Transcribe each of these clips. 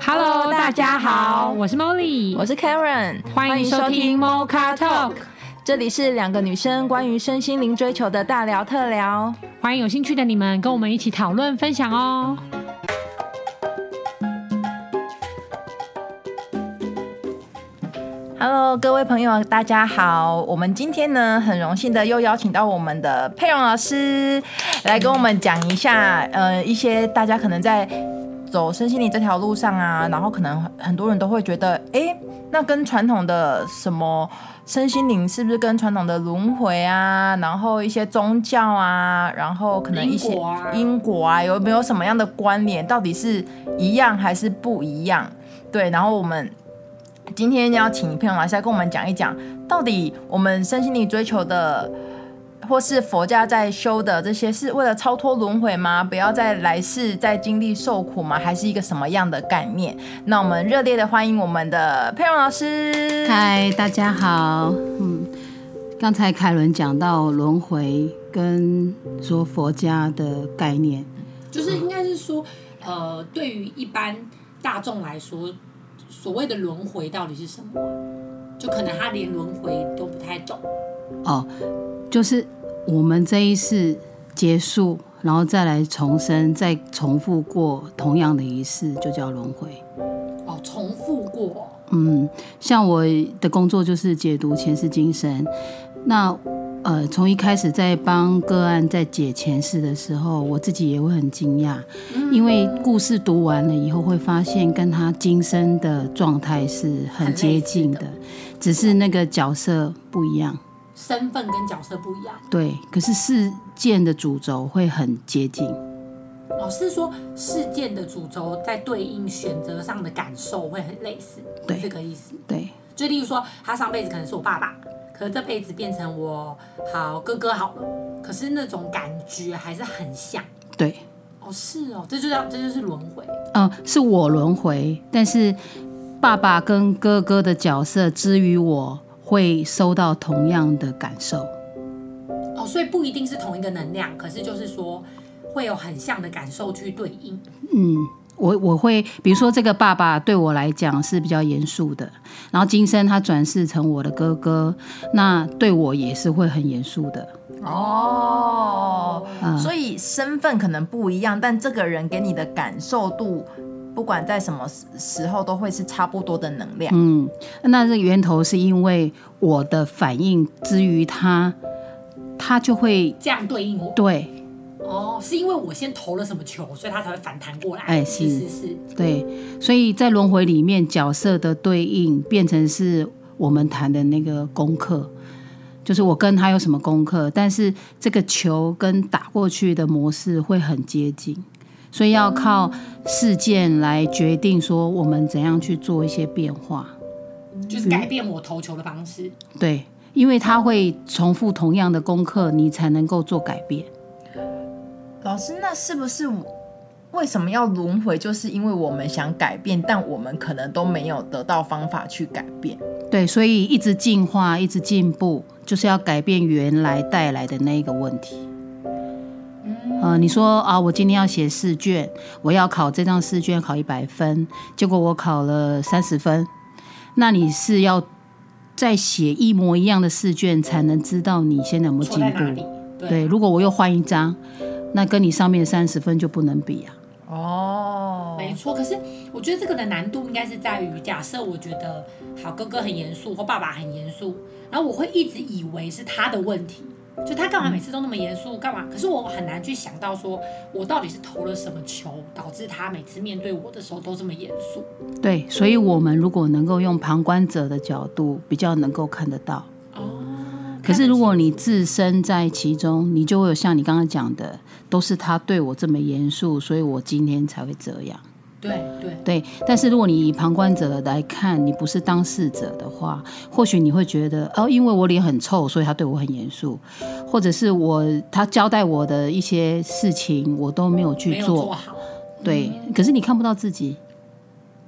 Hello，大家好，我是 Molly，我是 Karen，欢迎收听 Mocha Talk，这里是两个女生关于身心灵追求的大聊特聊。欢迎有兴趣的你们跟我们一起讨论分享哦。 Hello，各位朋友，大家好。我们今天呢，很荣幸的又邀请到我们的佩蓉老师来跟我们讲一下，呃，一些大家可能在走身心灵这条路上啊，然后可能很多人都会觉得，哎、那跟传统的什么身心灵是不是跟传统的轮回啊，然后一些宗教啊，然后可能一些因果啊因果啊，有没有什么样的关联？到底是一样还是不一样？对，然后我们今天要请佩蓉老师来跟我们讲一讲，到底我们身心灵追求的，或是佛家在修的这些，是为了超脱轮回吗？不要在来世再经历受苦吗？还是一个什么样的概念？那我们热烈的欢迎我们的佩蓉老师。嗨，大家好。嗯，刚才凯伦讲到轮回跟说佛家的概念，就是应该是说，呃，对于一般大众来说，所谓的轮回到底是什么啊？就可能他连轮回都不太懂。哦，就是我们这一世结束，然后再来重生，再重复过同样的一世，就叫轮回。哦，重复过，嗯，像我的工作就是解读前世今生。那呃，从一开始在帮个案在解前世的时候，我自己也会很惊讶，因为故事读完了以后，会发现跟他今生的状态是很接近的很类，只是那个角色不一样。身份跟角色不一样。对，可是事件的主轴会很接近。哦，是说事件的主轴在对应选择上的感受会很类似，对这个意思。对，就例如说，他上辈子可能是我爸爸，可是这辈子变成我好哥哥好了，可是那种感觉还是很像。对。哦，是哦，这就叫这就是轮回。嗯，是我轮回，但是爸爸跟哥哥的角色之于我会收到同样的感受。哦，所以不一定是同一个能量，可是就是说会有很像的感受去对应。嗯，我我会，比如说这个爸爸对我来讲是比较严肃的，然后今生他转世成我的哥哥，那对我也是会很严肃的。哦，嗯所以身份可能不一样，但这个人给你的感受度，不管在什么时时候，都会是差不多的能量。嗯，那这个源头是因为我的反应之于他，他就会这样对应我对哦，是因为我先投了什么球，所以它才会反弹过来。哎是其实是对，所以在轮回里面，角色的对应变成是我们谈的那个功课，就是我跟他有什么功课，但是这个球跟打过去的模式会很接近，所以要靠事件来决定说我们怎样去做一些变化。嗯就是改变我投球的方式。对，因为他会重复同样的功课，你才能够做改变。老师，那是不是为什么要轮回？就是因为我们想改变，但我们可能都没有得到方法去改变。对，所以一直进化，一直进步，就是要改变原来带来的那一个问题。嗯呃，你说啊，我今天要写试卷，我要考这张试卷考一百分，结果我考了三十分，那你是要再写一模一样的试卷，才能知道你现在有没有错进在哪里步？？对对，如果我又换一张，那跟你上面三十分就不能比啊。哦，没错，可是我觉得这个的难度应该是在于，假设我觉得好哥哥很严肃或爸爸很严肃，然后我会一直以为是他的问题，就他干嘛每次都那么严肃，干嘛？嗯可是我很难去想到说，我到底是投了什么球，导致他每次面对我的时候都这么严肃。对，所以我们如果能够用旁观者的角度，比较能够看得到。哦，可是如果你自身在其中，你就会有像你刚刚讲的，都是他对我这么严肃，所以我今天才会这样。对对对，但是如果你以旁观者来看，你不是当事者的话，或许你会觉得哦，因为我脸很臭，所以他对我很严肃，或者是我他交代我的一些事情，我都没有没去有做。做好。对，可是你看不到自己。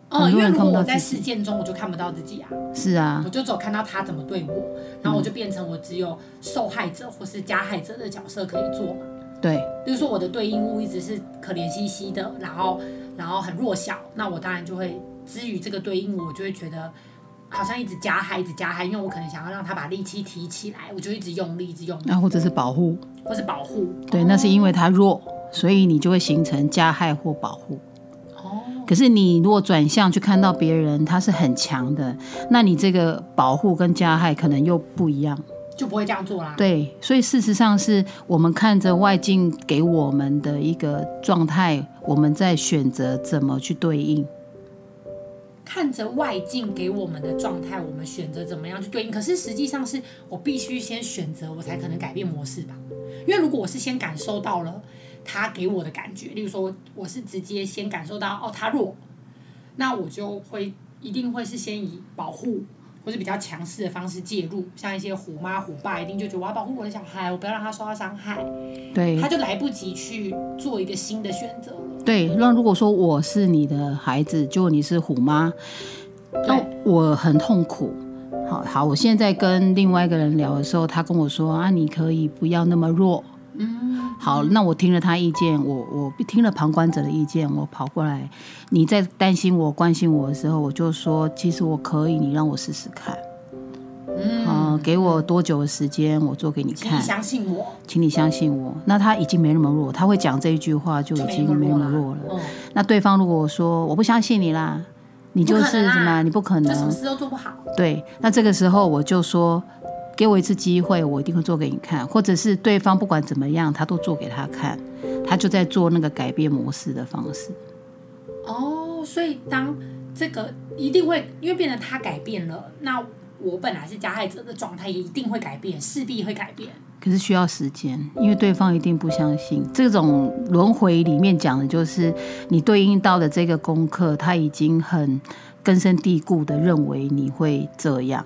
嗯，很因多为人如看果不到我在自己事件中，我就看不到自己啊，是啊我，就只有看到他怎么对我，然后我就变成我只有受害者或是加害者的角色可以做嘛。对，比如说我的对应物一直是可怜兮兮的，然后然后很弱小，那我当然就会之于这个对应物，我就会觉得好像一直加害，一直加害，因为我可能想要让他把力气提起来，我就一直用力，一直用力，那啊或者是保护，或是保护。对，那是因为它弱，所以你就会形成加害或保护。哦，可是你如果转向去看到别人他是很强的，那你这个保护跟加害可能又不一样。就不会这样做啦。对，所以事实上是我们看着外境给我们的一个状态，我们在选择怎么去对应。看着外境给我们的状态，我们选择怎么样去对应。可是实际上是我必须先选择，我才可能改变模式吧。因为如果我是先感受到了他给我的感觉，例如说我是直接先感受到哦他弱，那我就会一定会是先以保护或是比较强势的方式介入，像一些虎妈虎爸一定就觉得我要保护我的小孩，我不要让他受到伤害，对他就来不及去做一个新的选择了。对，那如果说我是你的孩子，就你是虎妈，那对我很痛苦。好好，我现在跟另外一个人聊的时候，他跟我说啊，你可以不要那么弱。嗯，好，那我听了他意见，我我听了旁观者的意见，我跑过来，你在担心我、关心我的时候，我就说，其实我可以，你让我试试看。嗯，给我多久的时间，我做给你请你看，相信我，请你相信我。那他已经没那么弱，他会讲这一句话就已没经那么没那弱么啦弱了。嗯。那对方如果说我不相信你啦，你就不可是能啦什么，你不可就什么能。事都做不好。对，那这个时候我就说，给我一次机会，我一定会做给你看，或者是对方不管怎么样，他都做给他看，他就在做那个改变模式的方式。哦，所以当这个一定会，因为变成他改变了，那我本来是加害者的状态也一定会改变，势必会改变。可是需要时间，因为对方一定不相信。这种轮回里面讲的就是你对应到的这个功课，他已经很根深蒂固的认为你会这样，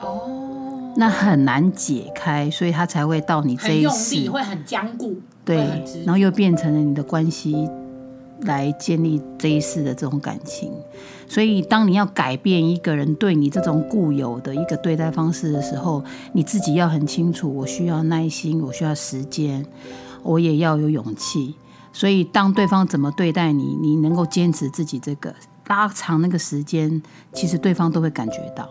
哦，那很难解开，所以他才会到你这很一用世。力，会很坚固，对会很执，然后又变成了你的关系来建立这一世的这种感情。所以，当你要改变一个人对你这种固有的一个对待方式的时候，你自己要很清楚，我需要耐心，我需要时间，我也要有勇气。所以，当对方怎么对待你，你能够坚持自己这个拉长那个时间，其实对方都会感觉到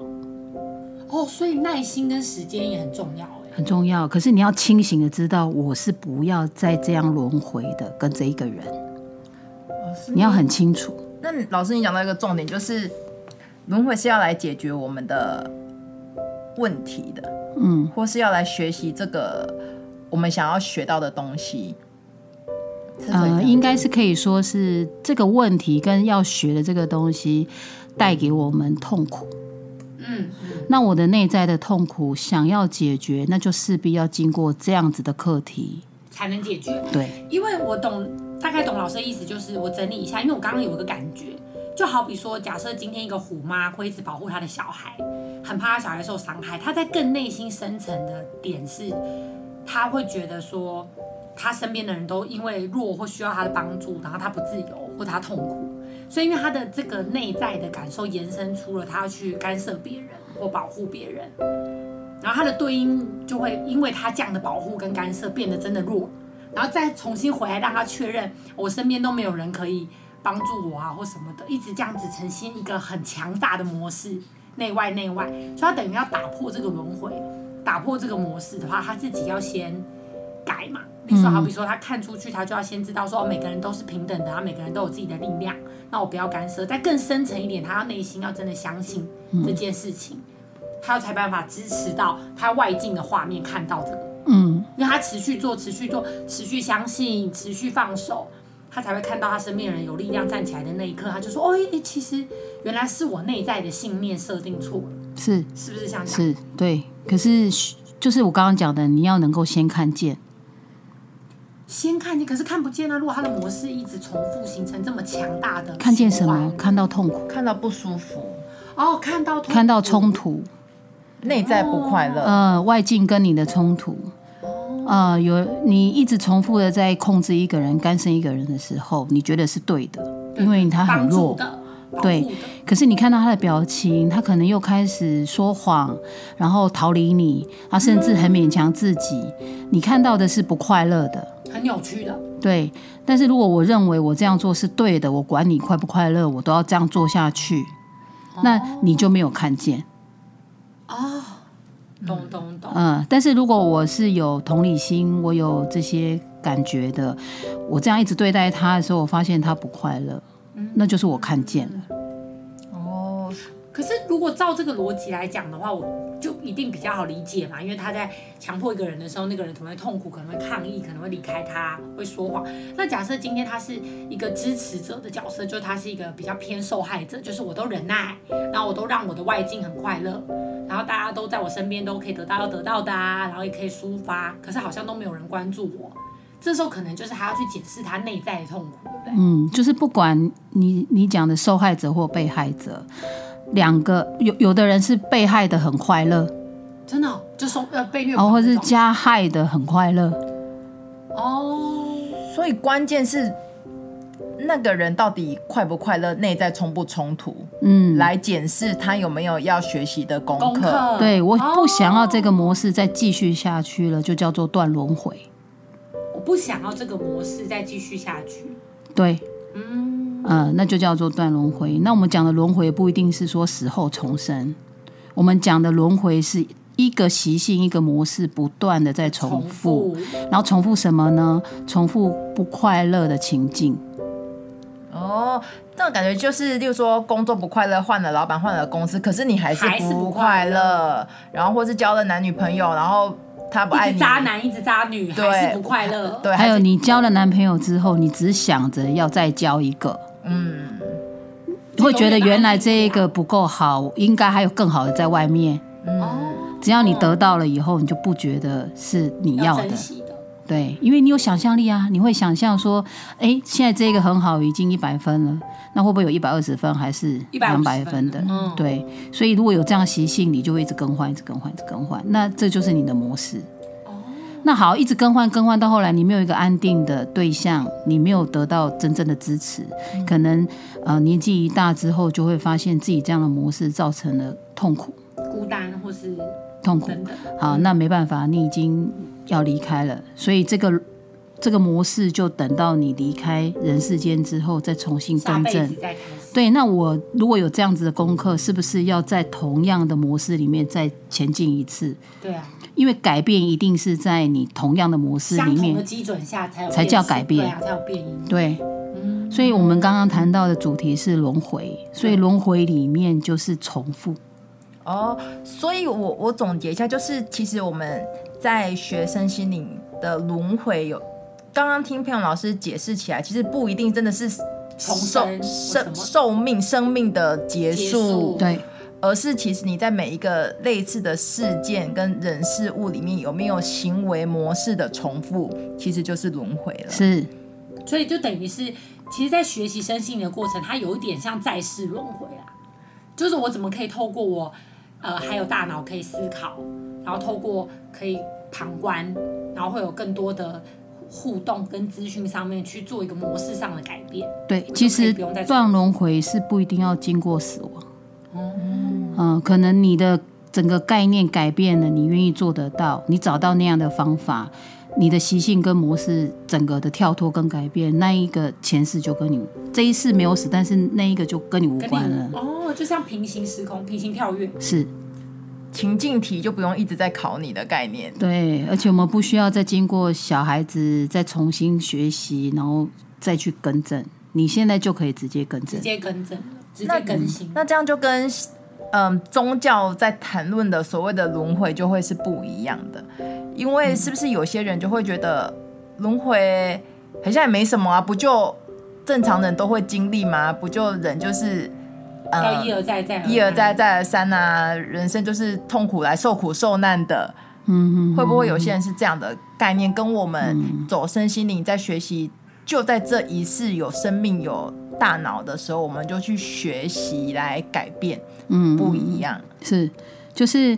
哦，所以耐心跟时间也很重要哎。很重要。可是，你要清醒的知道，我是不要再这样轮回的跟这一个人。你要很清楚，那老师，你讲到一个重点，就是轮回是要来解决我们的问题的，嗯，或是要来学习这个我们想要学到的东西。是可以这样呃，应该是可以说是这个问题跟要学的这个东西带给我们痛苦。嗯嗯，那我的内在的痛苦想要解决，那就势必要经过这样子的课题。才能解决。对，因为我懂，大概懂老师的意思，就是我整理一下，因为我刚刚有一个感觉，就好比说，假设今天一个虎妈会一直保护她的小孩，很怕她小孩受伤害，她在更内心深层的点是，她会觉得说，她身边的人都因为弱或需要她的帮助，然后她不自由或她痛苦，所以因为她的这个内在的感受延伸出了她要去干涉别人或保护别人。然后她的对应就会因为她这样的保护跟干涉变得真的弱，然后再重新回来让他确认我身边都没有人可以帮助我啊或什么的，一直这样子呈现一个很强大的模式，内外内外，所以他等于要打破这个轮回，打破这个模式的话，他自己要先改嘛。例如说，好比说他看出去，他就要先知道说，哦，每个人都是平等的啊，每个人都有自己的力量，那我不要干涉。再更深层一点，他要内心要真的相信这件事情，他要才办法支持到他外境的画面看到这个。嗯，因为他持续做、持续做、持续相信、持续放手，他才会看到他身边的人有力量站起来的那一刻，他就说：“哦，诶其实原来是我内在的信念设定错了，是是不是像这样？”是，对。可是就是我刚刚讲的，你要能够先看见，先看见，可是看不见啊。如果他的模式一直重复形成这么强大的看见什循么环？看到痛苦，看到不舒服，哦，看到痛看到冲突，内在不快乐，呃，外境跟你的冲突，哦呃，有你一直重复的在控制一个人、干涉一个人的时候，你觉得是对的，因为他很帮助弱，的，保对护的。可是你看到他的表情，他可能又开始说谎，然后逃离你，他甚至很勉强自己。你看到的是不快乐的，很扭曲的，对。但是如果我认为我这样做是对的，我管你快不快乐，我都要这样做下去，哦那你就没有看见。懂懂懂，嗯，但是如果我是有同理心，我有这些感觉的，我这样一直对待他的时候，我发现他不快乐，那就是我看见了。哦，可是如果照这个逻辑来讲的话，我就一定比较好理解嘛，因为他在强迫一个人的时候，那个人可能会痛苦，可能会抗议，可能会离开他，会说谎。那假设今天他是一个支持者的角色，就他是一个比较偏受害者，就是我都忍耐，然后我都让我的外境很快乐，然后大家都在我身边都可以得到要得到的啊，然后也可以抒发，可是好像都没有人关注我。这时候可能就是还要去检视他内在的痛苦，对不对？嗯，就是不管你你讲的受害者或被害者，两个有有的人是被害的很快乐，真的哦、就受呃被虐然后狂或那是种加害的很快乐。哦。所以关键是那个人到底快不快乐，内在冲不冲突，嗯，来检视他有没有要学习的功功课。课，对，我不想要这个，个模式再继续下去了，就叫做断轮回。我不想要这个模式再继续下去。对，嗯，呃，那就叫做断轮回。那我们讲的轮回不一定是说死后重生，我们讲的轮回是一个习性、一个模式不断的在重复，然后重复什么呢？重复不快乐的情境。哦，这种感觉就是，例如说工作不快乐，换了老板，换了公司，可是你还是还是不不快快乐乐，然后或是交了男女朋友，然后他不爱一直你，渣男，一直渣女，对还是不快乐。对，还有是你交了男朋友之后，你只想着要再交一个，嗯会觉得原来这一个不够好，应该还有更好的在外面。嗯，哦，只要你得到了以后，你就不觉得是你要的珍。惜的。对，因为你有想象力啊，你会想象说，哎，现在这个很好，已经一百分了，那会不会有一百二十分还是两百150分的？嗯对，所以如果有这样习性，你就会一直更换，一直更换，一直更换，那这就是你的模式。哦那好，一直更换更换到后来，你没有一个安定的对象，你没有得到真正的支持，可能呃年纪一大之后，就会发现自己这样的模式造成了痛苦，孤单或是痛苦。等等，好，那没办法，你已经要离开了，所以这个这个模式就等到你离开人世间之后再重新下更辈正子。再开始。对，那我如果有这样子的功课，是不是要在同样的模式里面再前进一次？对啊，因为改变一定是在你同样的模式里相同的面。基准下才有才叫变改变对啊，才有变音。对，嗯，所以我们刚刚谈到的主题是轮回，所以对轮回里面就是重复。哦，所以我我总结一下，就是其实我们在学生心灵的轮回有，刚刚听佩勇老师解释起来，其实不一定真的是重寿生或什寿么寿命生命的结结束束，对，而是其实你在每一个类似的事件跟人事物里面有没有行为模式的重复，其实就是轮回了。是，所以就等于是，其实，在学习身心灵的过程，它有一点像再世轮回啦。就是我怎么可以透过我，呃，还有大脑可以思考，然后透过可以旁观，然后会有更多的互动跟资讯上面去做一个模式上的改变。对就，其可以实不用再重断复轮回是不一定要经过死亡。嗯，嗯，可能你的整个概念改变了，你愿意做得到，你找到那样的方法，你的习性跟模式整个的跳脱跟改变，那一个前世就跟你这一世没有死，但是那一个就跟你无跟关了你。哦，就像平行时空、平行跳跃，是情境题就不用一直在考你的概念。对，而且我们不需要再经过小孩子再重新学习，然后再去更正，你现在就可以直接更直正。接更正了，直那接更新。那这样就跟嗯宗教在谈论的所谓的轮回就会是不一样的，因为是不是有些人就会觉得轮回好像也没什么啊，不就正常人都会经历吗？不就人就是要呃一而再，再一而再再，再而三啊，人生就是痛苦来受苦受难的。嗯嗯，会不会有些人是这样的概念，跟我们走身心灵在学习，就在这一世有生命有大脑的时候，我们就去学习来改变，嗯不一样。是，就是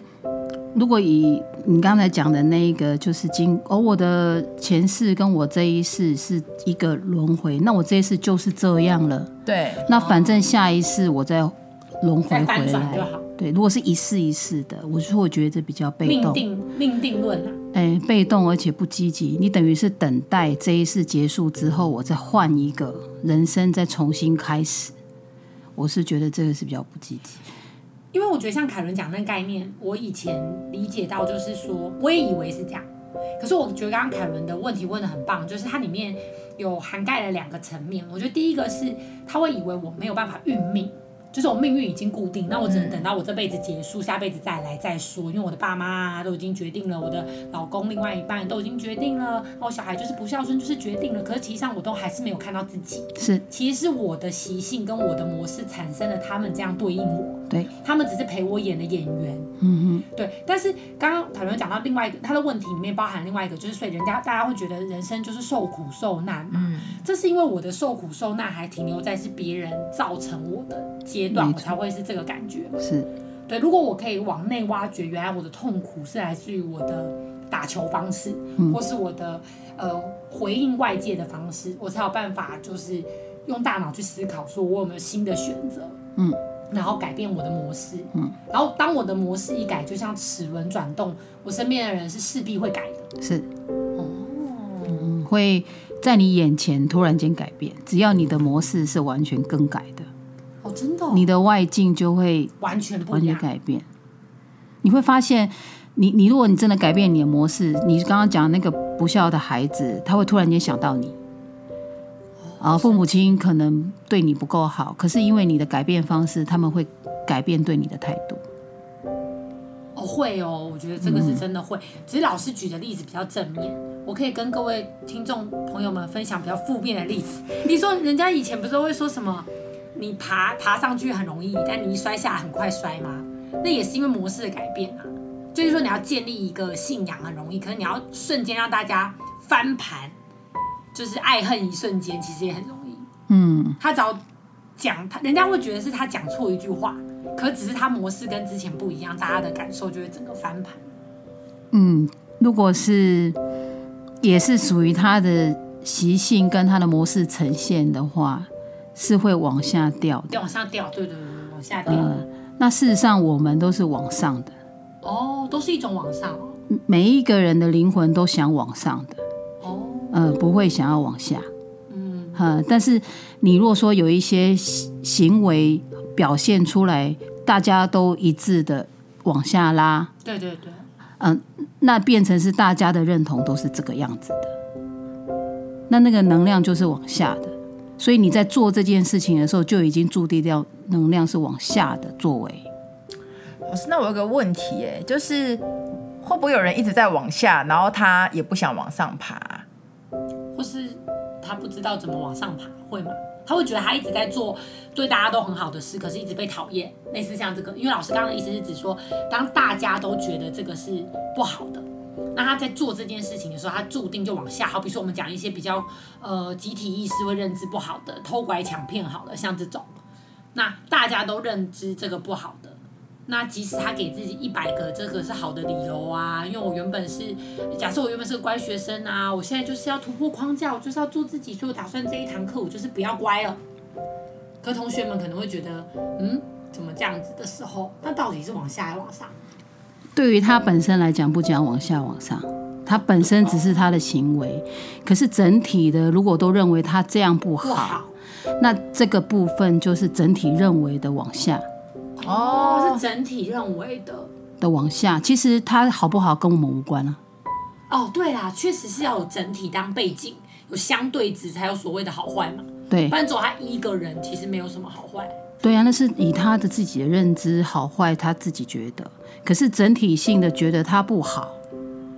如果以你刚才讲的那一个，就是经哦，我的前世跟我这一世是一个轮回，那我这一世就是这样了。对，那反正下一世我再轮回再回翻转就来好。对，如果是一世一世的，我是会觉得这比较被命动，定命定论啊，哎，被动而且不积极。你等于是等待这一世结束之后，我再换一个人生，再重新开始。我是觉得这个是比较不积极。因为我觉得像凯伦讲那个概念，我以前理解到就是说，我也以为是这样。可是我觉得刚刚凯伦的问题问的很棒，就是它里面有涵盖了两个层面。我觉得第一个是他会以为我没有办法运命，就是我命运已经固定，那我只能等到我这辈子结束，下辈子再来再说。因为我的爸妈啊都已经决定了，我的老公另外一半都已经决定了，我小孩就是不孝顺就是决定了。可是其实上我都还是没有看到自己，是其实是我的习性跟我的模式产生了他们这样对应我。对，他们只是陪我演的演员，嗯对。但是刚刚讨论讲到另外一个他的问题里面包含另外一个，就是所以人家大家会觉得人生就是受苦受难嘛，嗯，这是因为我的受苦受难还停留在是别人造成我的阶段，没我错才会是这个感觉。哼，是对，如果我可以往内挖掘，原来我的痛苦是来自于我的打球方式，嗯或是我的呃回应外界的方式，我才有办法就是用大脑去思考，说我有没有新的选择，嗯，然后改变我的模式，嗯，然后当我的模式一改，就像齿轮转动，我身边的人是势必会改的。是。哦，嗯会在你眼前突然间改变。只要你的模式是完全更改的，哦，真的哦、你的外境就会完全不完一全样，改变。你会发现，你你如果你真的改变你的模式，你刚刚讲那个不孝的孩子，他会突然间想到你。啊，父母亲可能对你不够好，可是因为你的改变方式，他们会改变对你的态度。哦，会哦，我觉得这个是真的会。只是老师举的例子比较正面，我可以跟各位听众朋友们分享比较负面的例子。你说人家以前不是都会说什么，你爬爬上去很容易，但你一摔下来很快摔吗？那也是因为模式的改变啊。就是说你要建立一个信仰很容易，可是你要瞬间让大家翻盘，就是爱恨一瞬间，其实也很容易。嗯，他只要讲，他人家会觉得是他讲错一句话，可只是他模式跟之前不一样，大家的感受就会整个翻盘。嗯，如果是也是属于他的习性跟他的模式呈现的话，是会往下掉的。对，往上掉，对对对对，往下掉。呃，那事实上我们都是往上的，哦，都是一种往上哦。每一个人的灵魂都想往上的，哦，呃，不会想要往下。嗯，呃，但是你若说有一些行行为表现出来，大家都一致的往下拉，对对对，嗯、那变成是大家的认同都是这个样子的，那那个能量就是往下的，所以你在做这件事情的时候，就已经注定掉能量是往下的作为。老师，那我有个问题，哎，就是会不会有人一直在往下，然后他也不想往上爬？或是他不知道怎么往上爬，会吗？他会觉得他一直在做对大家都很好的事，可是一直被讨厌，类似像这个。因为老师刚刚的意思是指说，当大家都觉得这个是不好的，那他在做这件事情的时候，他注定就往下。好比说我们讲一些比较呃集体意识会认知不好的，偷拐抢骗好了，像这种，那大家都认知这个不好的。那即使他给自己一百个这个是好的理由啊，因为我原本是假设我原本是个乖学生啊，我现在就是要突破框架，我就是要做自己，所以我打算这一堂课我就是不要乖了。可同学们可能会觉得，嗯，怎么这样子的时候，那到底是往下还是往上？对于他本身来讲，不讲往下往上，他本身只是他的行为。可是整体的，如果都认为他这样不不好，好，那这个部分就是整体认为的往下或哦是，整体认为的。的往下。其实他好不好跟我们无关啊。哦，对啦，确实是要有整体当背景，有相对值才有所谓的好坏嘛。对不然只有他一个人，其实没有什么好坏。对啊，那是以他的自己的认知好坏，他自己觉得。可是整体性的觉得他不好，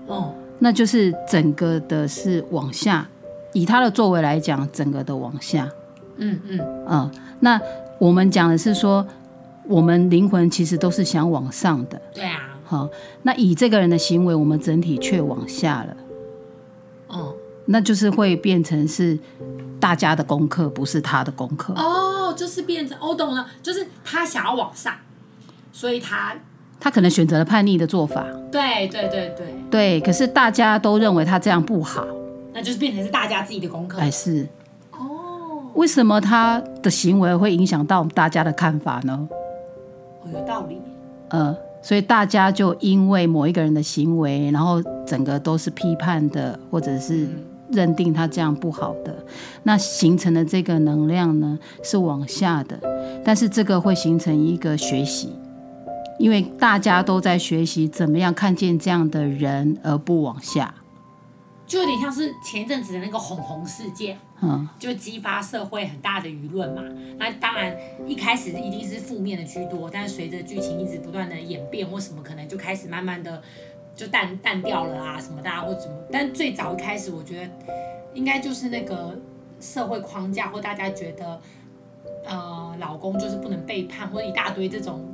嗯，那就是整个的是往下。以他的作为来讲，整个的往下。嗯嗯，嗯，那我们讲的是说，我们灵魂其实都是想往上的，对啊，哈、那以这个人的行为，我们整体却往下了，嗯。那就是会变成是大家的功课，不是他的功课。哦，就是变成哦，懂了，就是他想要往上，所以他他可能选择了叛逆的做法，对对对对，对。可是大家都认为他这样不好，那就是变成是大家自己的功课。哎，是哦，为什么他的行为会影响到大家的看法呢？哦有道理。呃，所以大家就因为某一个人的行为，然后整个都是批判的，或者是认定他这样不好的，那形成的这个能量呢是往下的，但是这个会形成一个学习，因为大家都在学习怎么样看见这样的人而不往下，就有点像是前一阵子的那个红红事件，嗯，就激发社会很大的舆论嘛。那当然一开始一定是负面的居多，但是随着剧情一直不断的演变或什么，可能就开始慢慢的就淡淡掉了啊，什么大家或怎么。但最早一开始，我觉得应该就是那个社会框架或大家觉得，呃，老公就是不能背叛或一大堆这种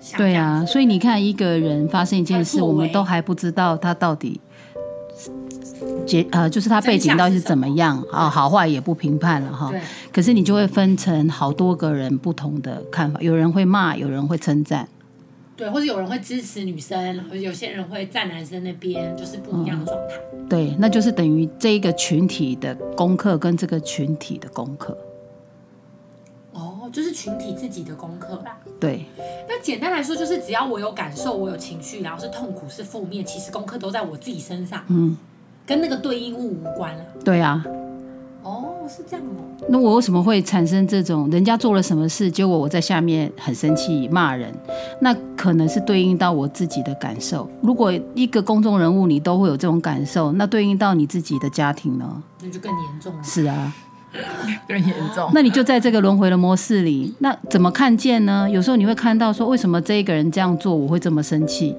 像这对样啊，子。所以你看一个人发生一件他事，的作为我们都还不知道他到底结呃，就是他背景到底是怎么样么啊，好坏也不评判了哈。对，可是你就会分成好多个人不同的看法，有人会骂，有人会称赞。对，或者有人会支持女生，然后有些人会站男生那边，就是不一样的状态。对，那就是等于这一个群体的功课跟这个群体的功课。哦，就是群体自己的功课啦。对，那简单来说，就是只要我有感受，我有情绪，然后是痛苦是负面，其实功课都在我自己身上，嗯，跟那个对应物无关啦。对啊。哦，是这样哦。那我为什么会产生这种人家做了什么事，结果我在下面很生气骂人？那可能是对应到我自己的感受。如果一个公众人物你都会有这种感受，那对应到你自己的家庭呢？那就更严重了。是啊，更严重。那你就在这个轮回的模式里，那怎么看见呢？有时候你会看到说，为什么这一个人这样做，我会这么生气？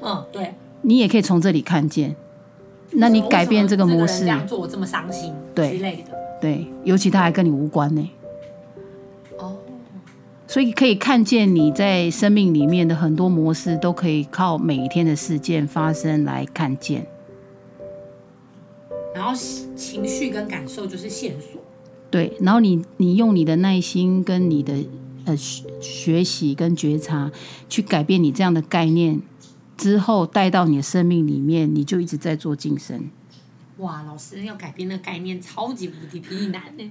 嗯，对。你也可以从这里看见。那你改变这个模式为什么这个人这，样啊做我这么伤心，对之类的。对，尤其他还跟你无关呢、哦，所以可以看见你在生命里面的很多模式，都可以靠每一天的事件发生来看见。然后情绪跟感受就是线索。对，然后你你用你的耐心跟你的呃学学习跟觉察，去改变你这样的概念之后，带到你的生命里面，你就一直在做晋升。哇，老师要改变那个概念，超级无敌霹雳难呢，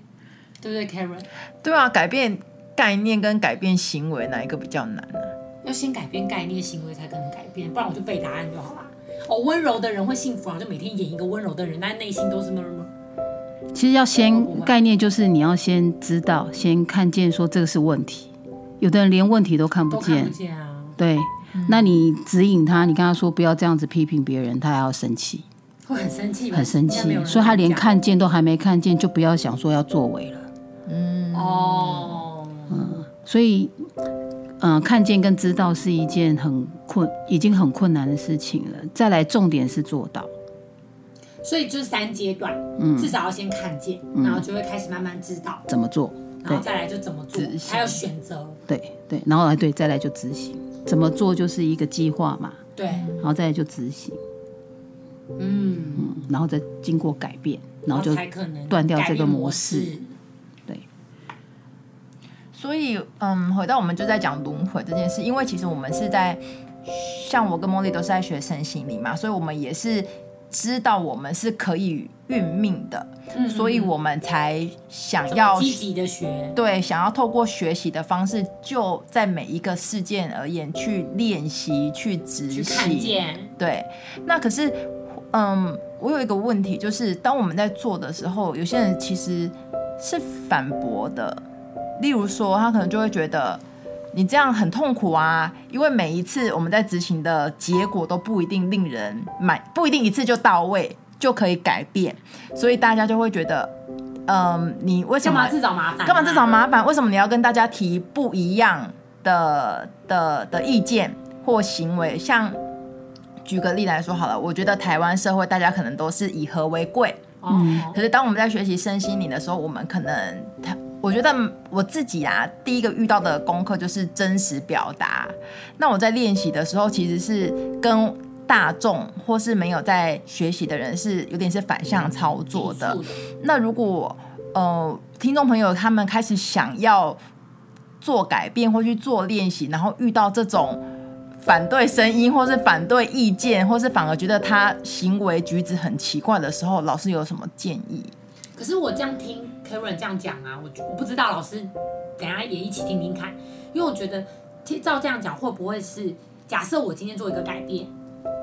对不对，Karen？对啊，改变概念跟改变行为哪一个比较难呢、要先改变概念，行为才可能改变，不然我就背答案就好啦。哦，温柔的人会幸福啊，就每天演一个温柔的人，但内心都是么么么。其实要我先们概念，就是你要先知道，先看见说这个是问题。有的人连问题都看不都看见不，见啊。对。那你指引他，你跟他说不要这样子批评别人，他还要生气。会很生气吧，很生现在没有气，人所以他连敢看见都还没看见，就不要想说要作为了。讲哦，所以，呃，看见跟知道是一件很困，已经很困难的事情了。再来，重点是做到。所以就是三阶段，嗯至少要先看见，然后就会开始慢慢知道，怎么做？然对后再来就怎么做执，行还有选择，对对，然后来对，再来就执行。怎么做就是一个计划嘛，对，然后再来就执行，嗯，嗯，然后再经过改变，然后就才可能断掉这个改变模模式所以，嗯，回到我们就在讲轮回这件事，因为其实我们是在，像我跟茉莉都是在学身心灵嘛，所以我们也是知道我们是可以运命的，嗯所以我们才想要积极的学，对，想要透过学习的方式，就在每一个事件而言去练习、去执去行。看见，对，那可是，嗯，我有一个问题，就是当我们在做的时候，有些人其实是反驳的，例如说，他可能就会觉得。你这样很痛苦啊，因为每一次我们在执行的结果都不一定令人满，不一定一次就到位就可以改变，所以大家就会觉得，嗯，你为什干么嘛自找麻烦啊？干嘛自找麻烦？为什么你要跟大家提不一样的的的意见或行为？像举个例来说好了，我觉得台湾社会大家可能都是以和为贵，嗯哦？可是当我们在学习身心灵的时候，我们可能他。我觉得我自己啊，第一个遇到的功课就是真实表达。那我在练习的时候，其实是跟大众或是没有在学习的人是有点是反向操作的。急速那如果呃，听众朋友他们开始想要做改变或去做练习，然后遇到这种反对声音，或是反对意见，或是反而觉得他行为举止很奇怪的时候，老师有什么建议？可是我这样听 Karen 这样讲啊，我觉我不知道老师，等一下也一起听听看，因为我觉得听照这样讲会不会是假设我今天做一个改变，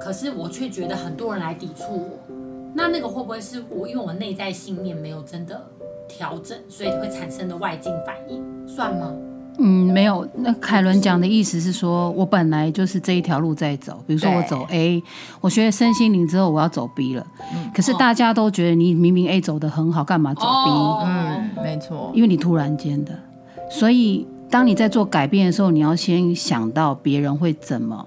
可是我却觉得很多人来抵触我，那那个会不会是我因为我内在信念没有真的调整，所以会产生的外境反应，算吗？嗯，没有。那凯伦讲的意思是说，我本来就是这一条路在走。比如说，对我走 A，我学了身心灵之后，我要走 B 了。可是大家都觉得你明明 A 走的很好，干嘛走哦 B？、哦嗯，没错，因为你突然间的，所以当你在做改变的时候，你要先想到别人会怎么。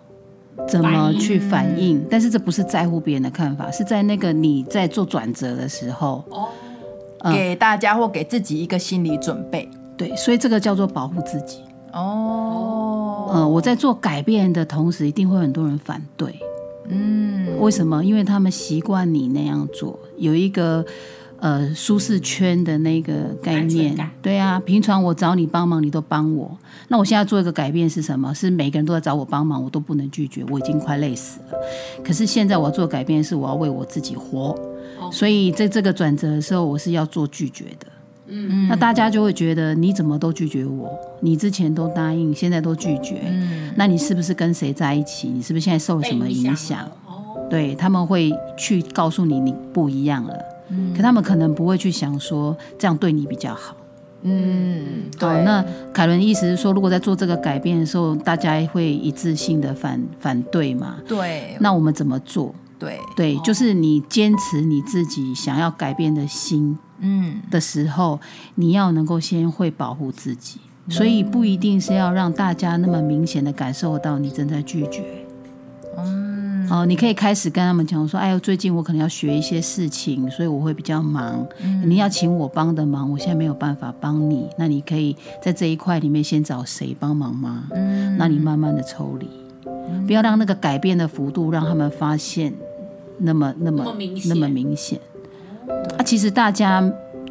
怎么去反应？但是这不是在乎别人的看法，是在那个你在做转折的时候，哦，嗯给大家或给自己一个心理准备。对，所以这个叫做保护自己。哦，呃，我在做改变的同时，一定会很多人反对。嗯，为什么？因为他们习惯你那样做，有一个呃舒适圈的那个概安全念感。对啊，平常我找你帮忙，你都帮我。那我现在做一个改变是什么？是每个人都在找我帮忙，我都不能拒绝，我已经快累死了。可是现在我要做的改变是，我要为我自己活。所以在这个转折的时候，我是要做拒绝的。那大家就会觉得你怎么都拒绝我？你之前都答应，现在都拒绝，那你是不是跟谁在一起？你是不是现在受了被什么嗯影响响了？？哦，对他们会去告诉你你不一样了，可他们可能不会去想说这样对你比较好。嗯，对，好那凯伦意思是说，如果在做这个改变的时候，大家会一致性的反反对嘛？对，那我们怎么做？对，对，就是你坚持你自己想要改变的心，嗯，的时候，你要能够先会保护自己，所以不一定是要让大家那么明显的感受到你正在拒绝。嗯，哦，你可以开始跟他们讲说，哎呦，最近我可能要学一些事情，所以我会比较忙。嗯你要请我帮的忙，我现在没有办法帮你，那你可以在这一块里面先找谁帮忙吗？嗯，那你慢慢的抽离，嗯不要让那个改变的幅度让他们发现那么那么那么明那么显哦明显。啊，其实大家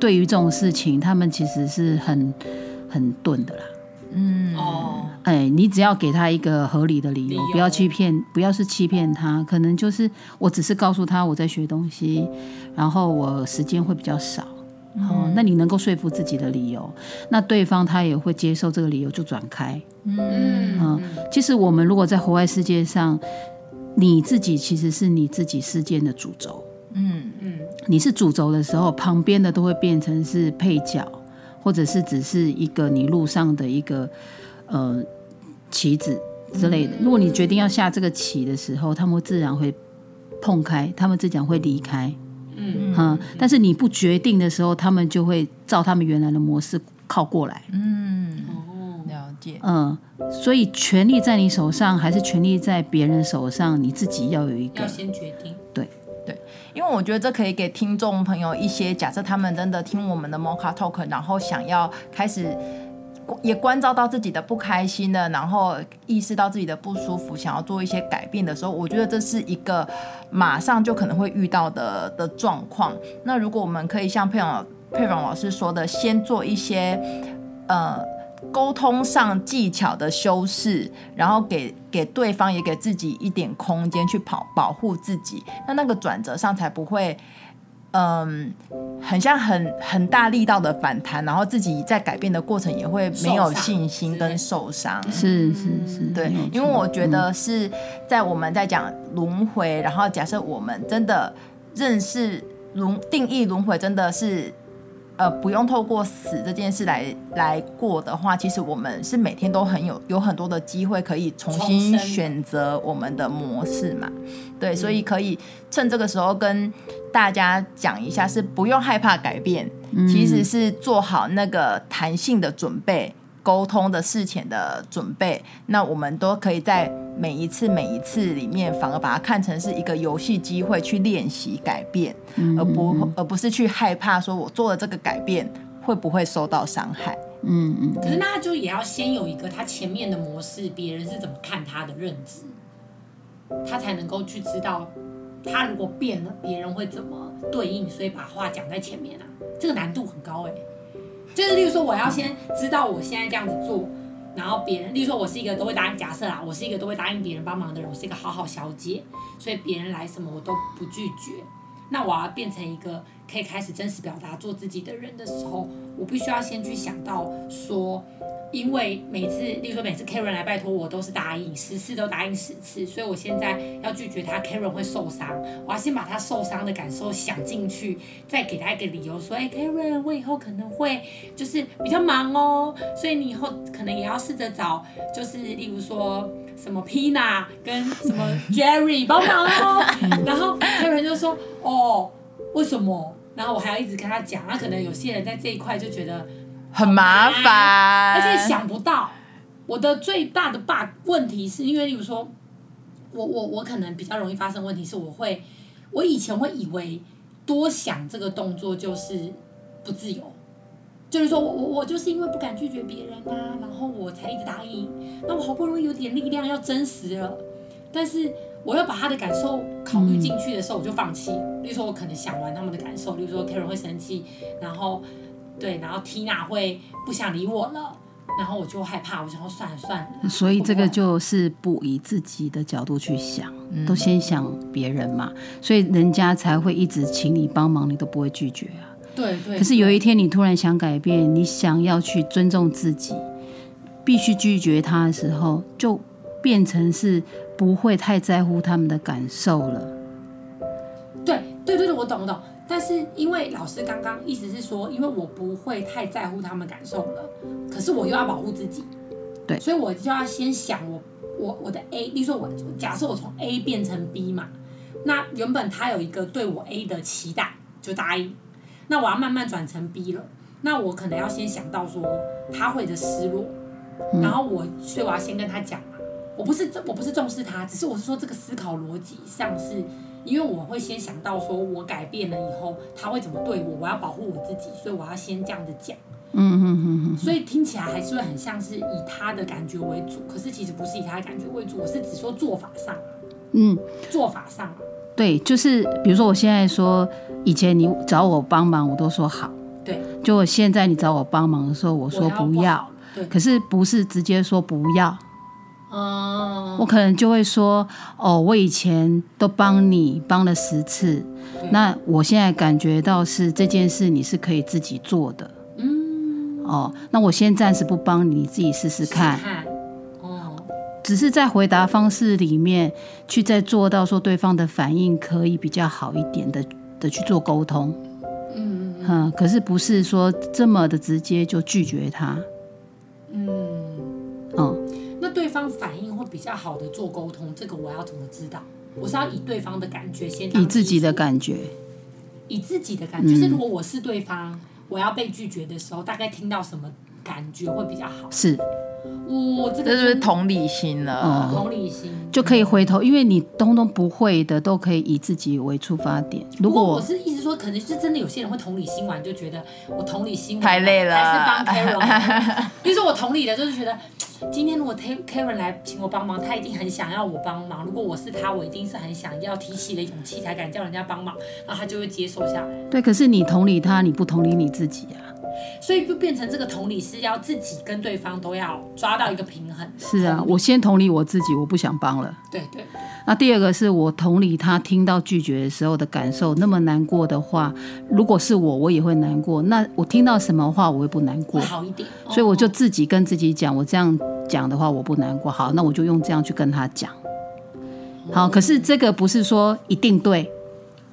对于这种事情，他们其实是很很钝的啦。哦，哎，你只要给他一个合理的理理由由，不要欺骗，不要是欺骗他，可能就是我只是告诉他我在学东西，然后我时间会比较少。哦，那你能够说服自己的理由，那对方他也会接受这个理由就转开。嗯嗯嗯其实我们如果在活在世界上，你自己其实是你自己事件的主轴。嗯，你是主轴的时候，旁边的都会变成是配角，或者是只是一个你路上的一个呃棋子之类的。嗯如果你决定要下这个棋的时候，他们自然会碰开，他们自然会离开。嗯嗯，但是你不决定的时候，他们就会照他们原来的模式靠过来。嗯哦，了解，嗯，所以权力在你手上，还是权力在别人手上，你自己要有一要个先决定，因为我觉得这可以给听众朋友一些，假设他们真的听我们的 Mocha Talk，然后想要开始。也关照到自己的不开心了，然后意识到自己的不舒服，想要做一些改变的时候，我觉得这是一个马上就可能会遇到的的状况。那如果我们可以像佩蓉佩蓉老师说的，先做一些呃沟通上技巧的修饰，然后给给对方也给自己一点空间去保保护自己，那那个转折上才不会。嗯，很像很很大力道的反弹，然后自己在改变的过程也会没有受伤信心跟之类受伤。是是是，对没有，因为错我觉得是在我们在讲轮回，然后假设我们真的认识轮定义轮回，真的是呃不用透过死这件事来来过的话，其实我们是每天都很有有很多的机会可以重新重生嗯选择我们的模式嘛。对，所以可以趁这个时候跟大家讲一下，是不用害怕改变，嗯其实是做好那个弹性的准备、沟通的事前的准备。那我们都可以在每一次、每一次里面，反而把它看成是一个游戏机会去练习改变，而嗯不而不是去害怕说我做了这个改变会不会受到伤害。嗯嗯。可是那他就也要先有一个他前面的模式，别人是怎么看他的认知，他才能够去知道他如果变了，别人会怎么对应，所以把话讲在前欸面啊，这个难度很高哎、就是例如说，我要先知道我现在这样子做，然后别人，例如说我是一个都会答应，假设啊，我是一个都会答应别人帮忙的人，我是一个好好小姐，所以别人来什么我都不拒绝。那我要变成一个可以开始真实表达做自己的人的时候，我必须要先去想到说，因为每次，例如说每次 Karen 来拜托我都是答应十次都答应十次，所以我现在要拒绝他，Karen 会受伤，我要先把他受伤的感受想进去，再给他一个理由说，哎、k a r e n 我以后可能会就是比较忙哦，所以你以后可能也要试着找，就是例如说什么 Pina 跟什么 Jerry 帮忙哦。然后 Karen 就说：“哦，为什么？”然后我还要一直跟他讲，那可能有些人在这一块就觉得，很麻烦，而且想不到我的最大的 bug 问题是因为，例如说，我我我可能比较容易发生问题是，我会我以前会以为多想这个动作就是不自由。就是说我我我就是因为不敢拒绝别人啊，然后我才一直答应。那我好不容易有点力量要真实了，但是我要把他的感受考虑进去的时候，我就放弃。例如说，我可能想完他们的感受，例如说 Karen 会生气，然后对，然后 Tina 会不想理我了，然后我就害怕，我想说算了算了。所以这个不管就是不以自己的角度去想，都先想别人嘛，所以人家才会一直请你帮忙，你都不会拒绝啊。对对，可是有一天你突然想改变，你想要去尊重自己，必须拒绝他的时候，就变成是不会太在乎他们的感受了。对对对对，我懂我懂。但是因为老师刚刚意思是说，因为我不会太在乎他们感受了，可是我又要保护自己，对所以我就要先想我我我的 A，例如说我假设我从 A 变成 B 嘛，那原本他有一个对我 A 的期待，就答应，那我要慢慢转成 B 了，那我可能要先想到说他会的失落，然后我所以我要先跟他讲嘛，我不是我不是重视他，只是我是说这个思考逻辑上是。因为我会先想到说，我改变了以后他会怎么对我，我要保护我自己，所以我要先这样子讲。嗯嗯嗯嗯，所以听起来还是会很像是以他的感觉为主，可是其实不是以他的感觉为主，我是只说做法上，嗯，做法上啊，对，就是比如说我现在说，以前你找我帮忙，我都说好，对，就我现在你找我帮忙的时候，我我说要不要好，对，可是不是直接说不要，嗯，我可能就会说，哦，我以前都帮你帮了十次，嗯对那我现在感觉到是这件事你是可以自己做的，嗯，哦，那我先暂时不帮你，你自己试试看试，试看，哦，只是在回答方式里面去再做到说对方的反应可以比较好一点的的去做沟通，嗯嗯嗯，可是不是说这么的直接就拒绝他，嗯，嗯，那对方反应会比较好的做沟通，这个我要怎么知道？我是要以对方的感觉先当以自己的基础感觉，以自己的感觉，就是如果我是对方，我要被拒绝的时候，大概听到什么感觉会比较好？是我、这个这是不是真同理心了？同理心？就可以回头，因为你通通不会的都可以以自己为出发点。如不果过我我是意思说，可能是真的有些人会同理心完，就觉得我同理心完太累了还是帮 Karen。比如说我同理的，就是觉得今天如果 Ta- Karen 来请我帮忙，他一定很想要我帮忙。如果我是他，我一定是很想要提起了勇气才敢叫人家帮忙，然后他就会接受下来。对，可是你同理他，你不同理你自己啊，所以就变成这个同理是要自己跟对方都要抓到一个平衡。是啊，我先同理我自己，我不想帮了。对对那第二个是我同理他听到拒绝的时候的感受，那么难过的话，如果是我，我也会难过。那我听到什么话，我会不难会过，好一点。所以我就自己跟自己讲，我这样讲的话，我不难过。好，那我就用这样去跟他讲。好，可是这个不是说一定对，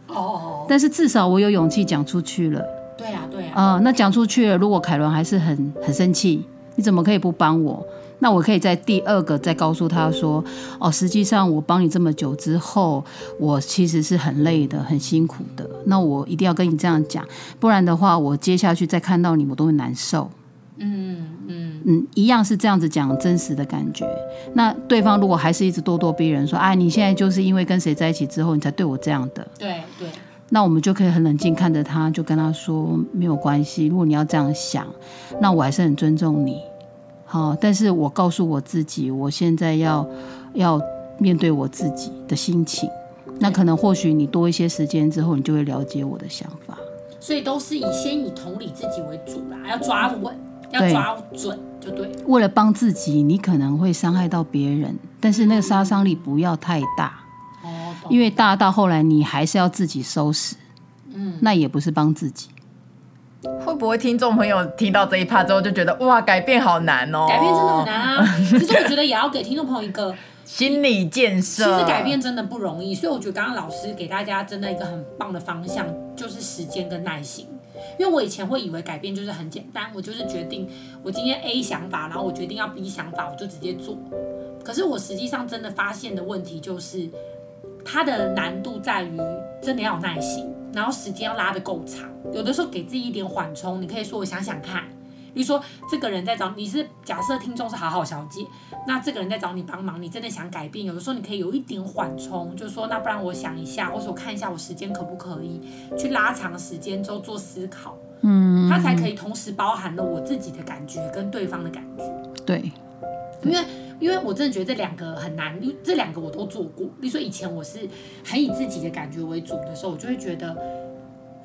哦哦，但是至少我有勇气讲出去了。哦对啊对啊，啊、那讲出去了，如果凯伦还是很很生气，你怎么可以不帮我？那我可以在第二个再告诉他说，哦，实际上我帮你这么久之后，我其实是很累的，很辛苦的。那我一定要跟你这样讲，不然的话，我接下去再看到你，我都会难受。嗯嗯，嗯，一样是这样子讲真实的感觉。那对方如果还是一直咄咄逼人，说，哎，你现在就是因为跟谁在一起之后，你才对我这样的，对对，那我们就可以很冷静看着他，就跟他说没有关系。如果你要这样想，那我还是很尊重你。好，但是我告诉我自己，我现在要要面对我自己的心情。那可能或许你多一些时间之后，你就会了解我的想法。嗯所以都是以先以同理自己为主啦，要抓稳，要对抓准，就对了。为了帮自己，你可能会伤害到别人，但是那个杀伤力不要太大，哦，懂因为大到后来你还是要自己收拾，嗯，那也不是帮自己。会不会听众朋友听到这一趴之后就觉得哇，改变好难哦？改变真的很，难啊。其实我觉得也要给听众朋友一个，心理建其设。实改变真的不容易，所以我觉得刚刚老师给大家真的一个很棒的方向，就是时间跟耐心。因为我以前会以为改变就是很简单，我就是决定我今天 A 想法，然后我决定要 B 想法，我就直接做。可是我实际上真的发现的问题就是，它的难度在于真的要有耐心，然后时间要拉得够长。有的时候给自己一点缓冲，你可以说我想想看。比如说，这个人在找你是假设听众是好好小姐，那这个人在找你帮忙，你真的想改变，有的时候你可以有一点缓冲，就是说那不然我想一下，或者我看一下我时间可不可以去拉长时间之后做思考，嗯，它才可以同时包含了我自己的感觉跟对方的感觉。对，因为因为我真的觉得这两个很难，因为这两个我都做过。例如说以前我是很以自己的感觉为主的时候，我就会觉得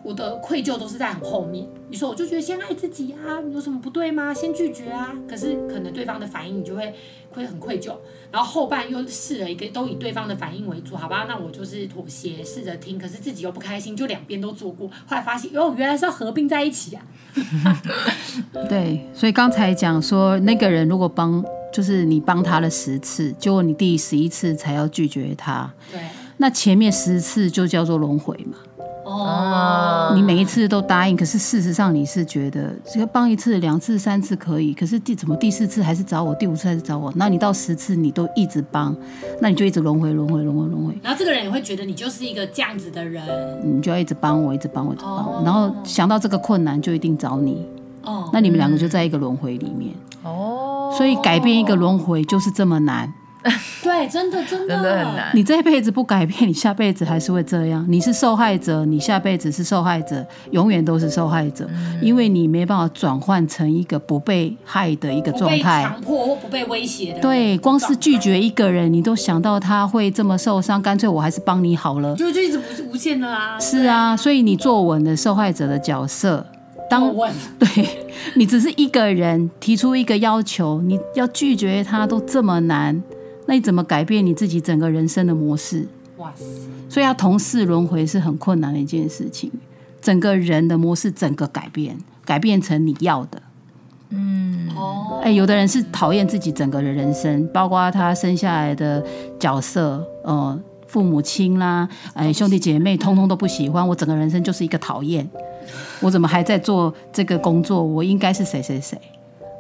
我的愧疚都是在很后面。你说我就觉得先爱自己啊，有什么不对吗？先拒绝啊。可是可能对方的反应你就会会很愧疚，然后后半又试了一个都以对方的反应为主，好吧？那我就是妥协，试着听，可是自己又不开心，就两边都做过。后来发现哦，原来是要合并在一起啊。对，所以刚才讲说，那个人如果帮，就是你帮他了十次，结果你第十一次才要拒绝他，对，那前面十次就叫做轮回嘛。哦，你每一次都答应，可是事实上你是觉得只要帮一次、两次、三次可以，可是第怎么第四次还是找我，第五次还是找我，那你到十次你都一直帮，那你就一直轮回、轮回、轮回、轮回，然后这个人也会觉得你就是一个这样子的人，你就要一直帮我、一直帮我、一直帮我，哦然后想到这个困难就一定找你，哦，那你们两个就在一个轮回里面，哦，所以改变一个轮回就是这么难。对，真的真的真的很难。你这辈子不改变，你下辈子还是会这样。你是受害者，你下辈子是受害者，永远都是受害者，嗯因为你没办法转换成一个不被害的一个不状被态。强迫或不被威胁的，对，光是拒绝一个人，你都想到他会这么受伤，干脆我还是帮你好了。就就一直无无限的啊，是啊，所以你坐稳了受害者的角色，当我问，对你只是一个人提出一个要求，你要拒绝他都这么难，那你怎么改变你自己整个人生的模式？哇塞，所以要同世轮回是很困难的一件事情，整个人的模式整个改变，改变成你要的。哦，哎，有的人是讨厌自己整个的人生，包括他生下来的角色，呃，父母亲啦，哎，兄弟姐妹，通通都不喜欢。我整个人生就是一个讨厌，我怎么还在做这个工作？我应该是谁谁谁，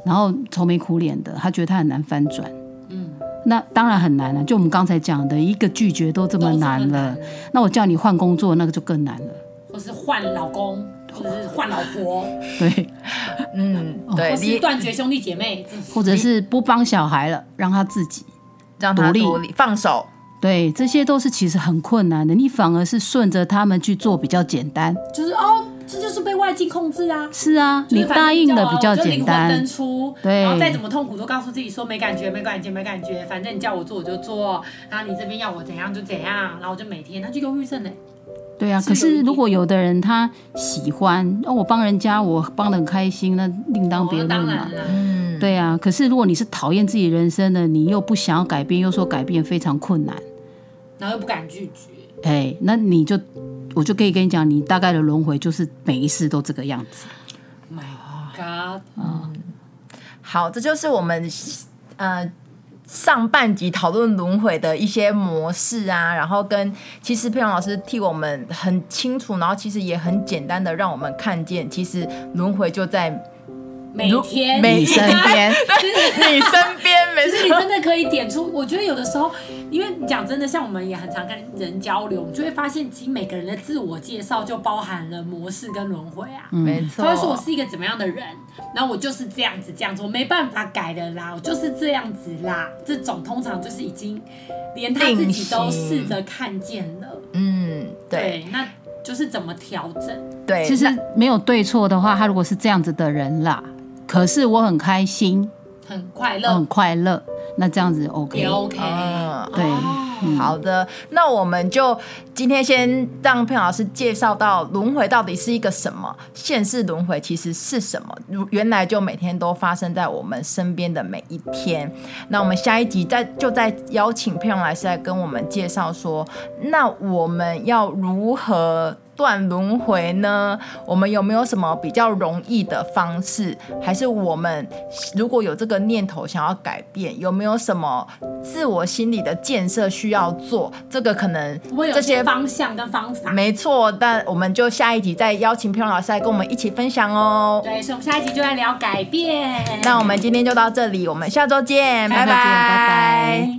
然后愁眉苦脸的，他觉得他很难翻转。嗯，那当然很难了、就我们刚才讲的，一个拒绝都这么难了，那我叫你换工作，那个就更难了。或是换老公，或者是换老婆，对，嗯，对，或是你断绝兄弟姐妹，这或者是不帮小孩了，让他自己。让他独立独立放手，对，这些都是其实很困难的，你反而是顺着他们去做比较简单。就是哦，这就是被外境控制啊。是啊，就是你反正答应的比较叫简我我就灵魂单登。出，对然后再怎么痛苦都告诉自己说没感觉，没感觉，没感觉，反正你叫我做我就做，然后你这边要我怎样就怎样，然后我就每天，他就忧郁症嘞，对啊，是可有一是点如果有的人他喜欢，哦，我帮人家，我帮的很开心，那另当别哦论当嘛然。了，嗯，对啊，可是如果你是讨厌自己人生的，你又不想要改变，又说改变非常困难，然后又不敢拒绝，哎，那你就我就可以跟你讲，你大概的轮回就是每一世都这个样子。 My God！啊好，这就是我们呃上半集讨论轮回的一些模式啊，然后跟其实佩蓉老师替我们很清楚，然后其实也很简单的让我们看见，其实轮回就在每天每 你身 边你身边，没就是你错真。的可以点出，我觉得有的时候，因为你讲真的，像我们也很常跟人交流，你就会发现，其实每个人的自我介绍就包含了模式跟轮回啊。嗯没他错，会说我是一个怎么样的人，然后我就是这样子这样子，我没办法改的啦，我就是这样子啦。这种通常就是已经连他自己都定型试着看见了，嗯，对对，那就是怎么调整。对，其实没有对错的话，他如果是这样子的人啦，可是我很开心，很快我乐很快乐，那这样子 OK。也 OK，嗯那嗯，对哦好的，那我们就今天先让佩老师介绍到轮回到底是一个什么，现世轮回其实是什么，如原来就每天都发生在我们身边的每一天。那我们下一集再就再邀请佩蓉老师来跟我们介绍说，那我们要如何断轮回呢？我们有没有什么比较容易的方式？还是我们如果有这个念头想要改变，有没有什么自我心理的建设需要做？这个可能我有这些些方向跟方法。没错，但我们就下一集再邀请佩蓉老师来跟我们一起分享哦。对，所以我们下一集就来聊改变。那我们今天就到这里，我们下周见，拜下周见拜拜拜。